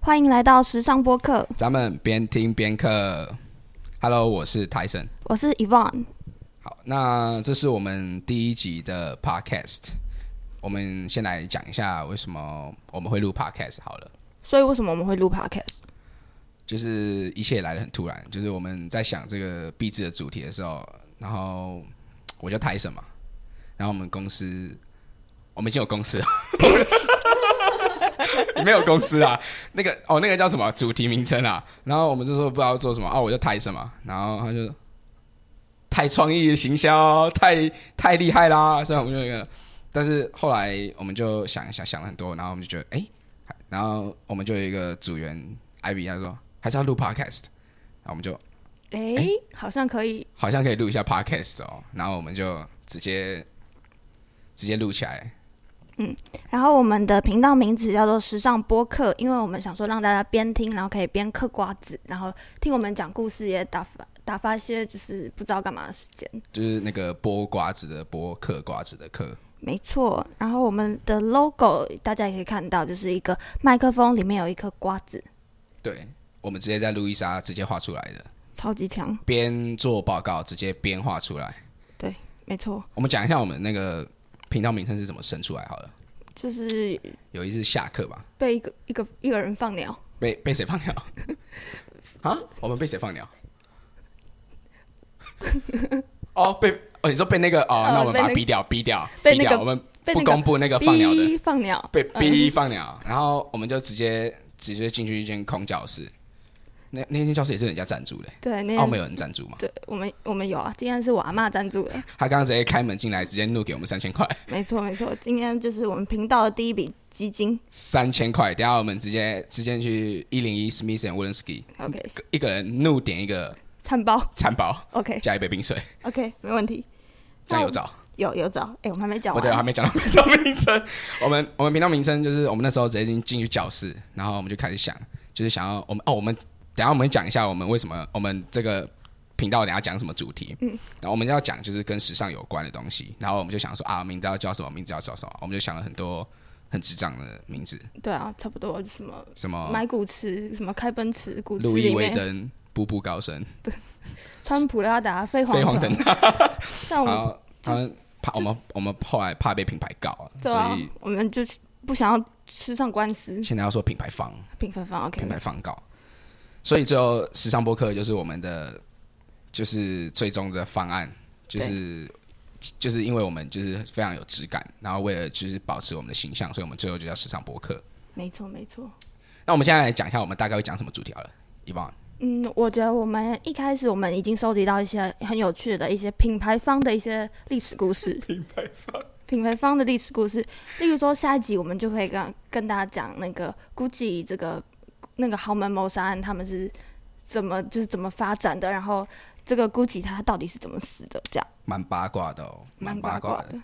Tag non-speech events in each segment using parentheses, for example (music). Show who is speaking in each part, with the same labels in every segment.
Speaker 1: 欢迎来到时尚播客，
Speaker 2: 咱们边听边课。Hello，我是泰森。
Speaker 1: 我是 Yvonne。
Speaker 2: 好，那这是我们第一集的 Podcast。我们先来讲一下为什么我们会录 Podcast 好了。
Speaker 1: 所以为什么我们会录 podcast？
Speaker 2: 就是一切来的很突然，就是我们在想这个壁纸的主题的时候，然后我叫泰森嘛，然后我们公司，我们已经有公司了， (laughs) 没有公司啊，那个哦，那个叫什么主题名称啊，然后我们就说不知道做什么，哦，我叫泰森嘛，然后他就太创意行销，太太厉害啦，所以我们就那个，但是后来我们就想想想了很多，然后我们就觉得哎。然后我们就有一个组员艾比，他说还是要录 podcast，然后我们就
Speaker 1: 哎、好像可以。
Speaker 2: 好像可以录一下 podcast 哦，然后我们就直接直接录起来，
Speaker 1: 然后我们的频道名字叫做时尚播客，因为我们想说让大家边听，然后可以边嗑瓜子，然后听我们讲故事，也打发打发一些就是不知道干嘛的时间。
Speaker 2: 就是那个剥瓜子的剥，嗑瓜子的嗑，
Speaker 1: 没错，然后我们的 logo 大家也可以看到，就是一个麦克风里面有一颗瓜子，
Speaker 2: 对我们直接在路易莎直接画出来的，
Speaker 1: 超级强。
Speaker 2: 边做报告直接边画出来。
Speaker 1: 没错，
Speaker 2: 我们讲一下我们那个频道名称是怎么生出来好了。
Speaker 1: 就是
Speaker 2: 有一次下课吧，
Speaker 1: 被一个一个一个人放鸟，
Speaker 2: 被被谁放鸟？ (laughs) 啊？我们被谁放
Speaker 1: (laughs)
Speaker 2: 鸟？哦，被哦，你说被那个哦
Speaker 1: 哦，
Speaker 2: 那我们
Speaker 1: 被
Speaker 2: 把
Speaker 1: 那
Speaker 2: 它逼掉，逼掉，
Speaker 1: 被
Speaker 2: 逼
Speaker 1: 那个
Speaker 2: 掉，我们
Speaker 1: 被
Speaker 2: 不
Speaker 1: 那个
Speaker 2: 公布那个放鸟的，
Speaker 1: 逼嗯放鸟，
Speaker 2: 被逼放鸟，然后我们就直接直接进去一间空教室。那那间教室也是人家赞助的，
Speaker 1: 对，那
Speaker 2: 澳门有人赞助嘛？
Speaker 1: 对我们我们有啊，今天是我阿妈赞助的，
Speaker 2: 他刚刚直接开门进来，直接怒给我们三千块，
Speaker 1: 没错没错，今天就是我们频道的第一笔基金。
Speaker 2: 三千块。等一下我们直接直接去一零一 Smith and Wollensky，
Speaker 1: OK，
Speaker 2: 一个人怒点一个
Speaker 1: 餐包
Speaker 2: 餐包，
Speaker 1: OK
Speaker 2: 加一杯冰水，
Speaker 1: OK 没问题，
Speaker 2: 酱油枣。
Speaker 1: 有有找，哎、我们还没讲
Speaker 2: 不对，我还啊
Speaker 1: 完，
Speaker 2: 没讲到频道名称。我们我们频道名称就是我们那时候直接进进去教室，然后我们就开始想，就是想要我们哦，我们等一下我们讲一下我们为什么我们这个频道等一下讲什么主题。嗯，然后我们要讲就是跟时尚有关的东西，然后我们就想说啊，名字要叫什么？名字要叫什么？我们就想了很多很智障的名字，
Speaker 1: 对啊，差不多什么
Speaker 2: 什么
Speaker 1: 买古驰，什么开奔驰，古驰
Speaker 2: 哦路易
Speaker 1: 里
Speaker 2: 威
Speaker 1: 面，
Speaker 2: 登、步步高升、
Speaker 1: 穿普拉达，飞
Speaker 2: 飞
Speaker 1: 黄
Speaker 2: 黄腾达，
Speaker 1: 但我
Speaker 2: 然
Speaker 1: 们
Speaker 2: 后他们怕我们我们后来怕被品牌告啊，
Speaker 1: 对啊
Speaker 2: 所以，
Speaker 1: 我们就是不想要吃上官司，
Speaker 2: 现在要说品牌方。
Speaker 1: 平分方 OK，
Speaker 2: 品牌放告，所以最后时尚播客就是我们的，就是最终的方案，就是就是因为我们就是非常有质感，然后为了就是保持我们的形象，所以我们最后就叫时尚播客。
Speaker 1: 没错没错。
Speaker 2: 那我们现在来讲一下我们大概会讲什么主题好了，一棒
Speaker 1: 嗯，我觉得我们一开始我们已经收集到一些很有趣的一些品牌方的一些历史故
Speaker 2: (laughs)
Speaker 1: 事。品牌方。品牌方的历史故事，例如说下一集我们就可以跟跟大家讲那个 GUCCI 这个那个豪门谋杀案，他们是怎么就是怎么发展的，然后这个 GUCCI 它到底是怎么死的，这样
Speaker 2: 蛮八卦的哦，蛮八卦的。
Speaker 1: 的。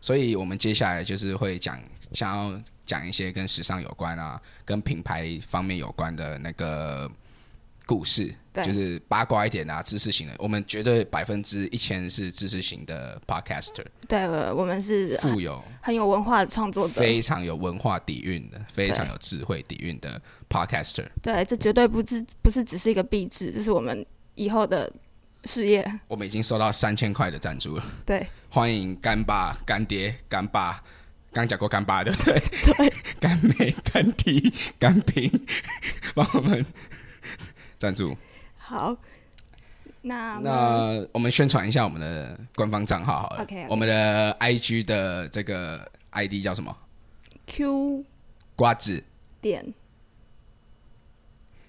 Speaker 2: 所以我们接下来就是会讲，想要讲一些跟时尚有关啊，跟品牌方面有关的那个故事，
Speaker 1: 对
Speaker 2: 就是八卦一点啊，知识型的。我们绝对百分之一千是知识型的 podcaster，
Speaker 1: 对，我我们是
Speaker 2: 富有、
Speaker 1: 很有文化的创作者，
Speaker 2: 非常有文化底蕴的、非常有智慧底蕴的 podcaster。
Speaker 1: 对，这绝对不是不是只是一个壁纸，这是我们以后的事业。
Speaker 2: 我们已经收到三千块的赞助了，
Speaker 1: 对， (laughs)
Speaker 2: 欢迎干爸、干爹、干爸。刚讲过干爸对不对？
Speaker 1: 对，
Speaker 2: 干妹、干弟、干平，帮我们赞助。
Speaker 1: 好，那么
Speaker 2: 那我们宣传一下我们的官方账号好了
Speaker 1: OK，OK
Speaker 2: 我们的 IG 的这个 ID 叫什么？
Speaker 1: Q
Speaker 2: 瓜子
Speaker 1: 点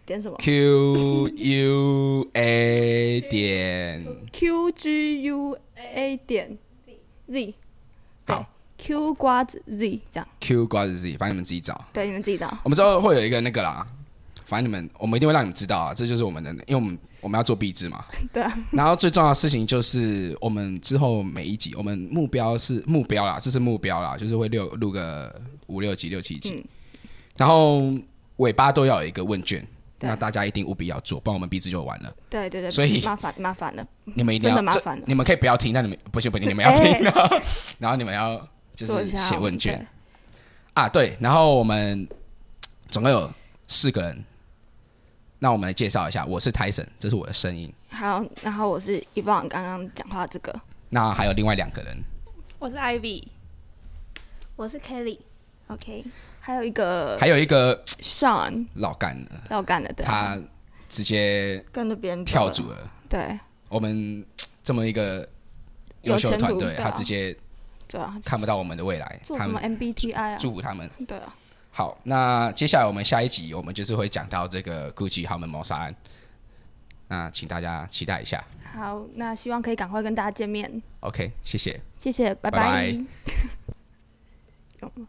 Speaker 1: 点什么
Speaker 2: Q U A 点，
Speaker 1: ？Q G U A 点 Z
Speaker 2: 好
Speaker 1: Q 瓜子 Z 这样，
Speaker 2: Q 瓜子 Z，反正你们自己找。
Speaker 1: 对，你们自己找。
Speaker 2: 我们之后会有一个那个啦，反正你们我们一定会让你们知道啊，这就是我们的，因为我们我们要做壁纸嘛。
Speaker 1: (laughs) 对啊，
Speaker 2: 然后最重要的事情就是，我们之后每一集，我们目标是目标啦，这是目标啦，就是会六录个五六集、六七集，
Speaker 1: 嗯
Speaker 2: 然后尾巴都要有一个问卷。
Speaker 1: 对
Speaker 2: 那大家一定务必要做，不然我们壁纸就完了。
Speaker 1: 对对对，
Speaker 2: 所以
Speaker 1: 麻烦麻烦了，
Speaker 2: 你们一定
Speaker 1: 真
Speaker 2: 要
Speaker 1: 的麻
Speaker 2: 这
Speaker 1: 烦了
Speaker 2: 你们可以不要听，但你们不行
Speaker 1: (laughs)
Speaker 2: 不行，
Speaker 1: 这
Speaker 2: 你们要听
Speaker 1: 哎，
Speaker 2: 然后 (laughs) 然后你们要就
Speaker 1: 做一
Speaker 2: 是
Speaker 1: 下
Speaker 2: 写问。
Speaker 1: 对
Speaker 2: 卷啊，对。然后我们总共有四个人。那我们来介绍一下，我是 Tyson，这是我的声音。
Speaker 1: 好，然后我是遗忘刚刚讲话这个，
Speaker 2: 那还有另外两个人，
Speaker 3: 我是 Ivy，我是 Kelly，
Speaker 4: OK，
Speaker 1: 还有一个
Speaker 2: 还有一个
Speaker 1: Sean
Speaker 2: 老干了，
Speaker 1: 要干的，对，
Speaker 2: 他直接
Speaker 1: 跟着别人走
Speaker 2: 跳
Speaker 1: 了，
Speaker 2: 组了。
Speaker 1: 对
Speaker 2: 我们这么一个
Speaker 1: 有
Speaker 2: 优秀的
Speaker 1: 前途
Speaker 2: 团队，
Speaker 1: 对
Speaker 2: 他
Speaker 1: 啊
Speaker 2: 直接
Speaker 1: 对啊，
Speaker 2: 看不到我们的未来，
Speaker 1: 做
Speaker 2: 他
Speaker 1: 什么
Speaker 2: 们
Speaker 1: MBTI 啊？
Speaker 2: 祝福他们。
Speaker 1: 对啊，
Speaker 2: 好，那接下来我们下一集我们就是会讲到这个 Gucci 豪门谋杀案，那请大家期待一下。
Speaker 1: 好，那希望可以赶快跟大家见面，
Speaker 2: OK，谢谢。
Speaker 1: 谢谢，拜
Speaker 2: 拜拜
Speaker 1: 有吗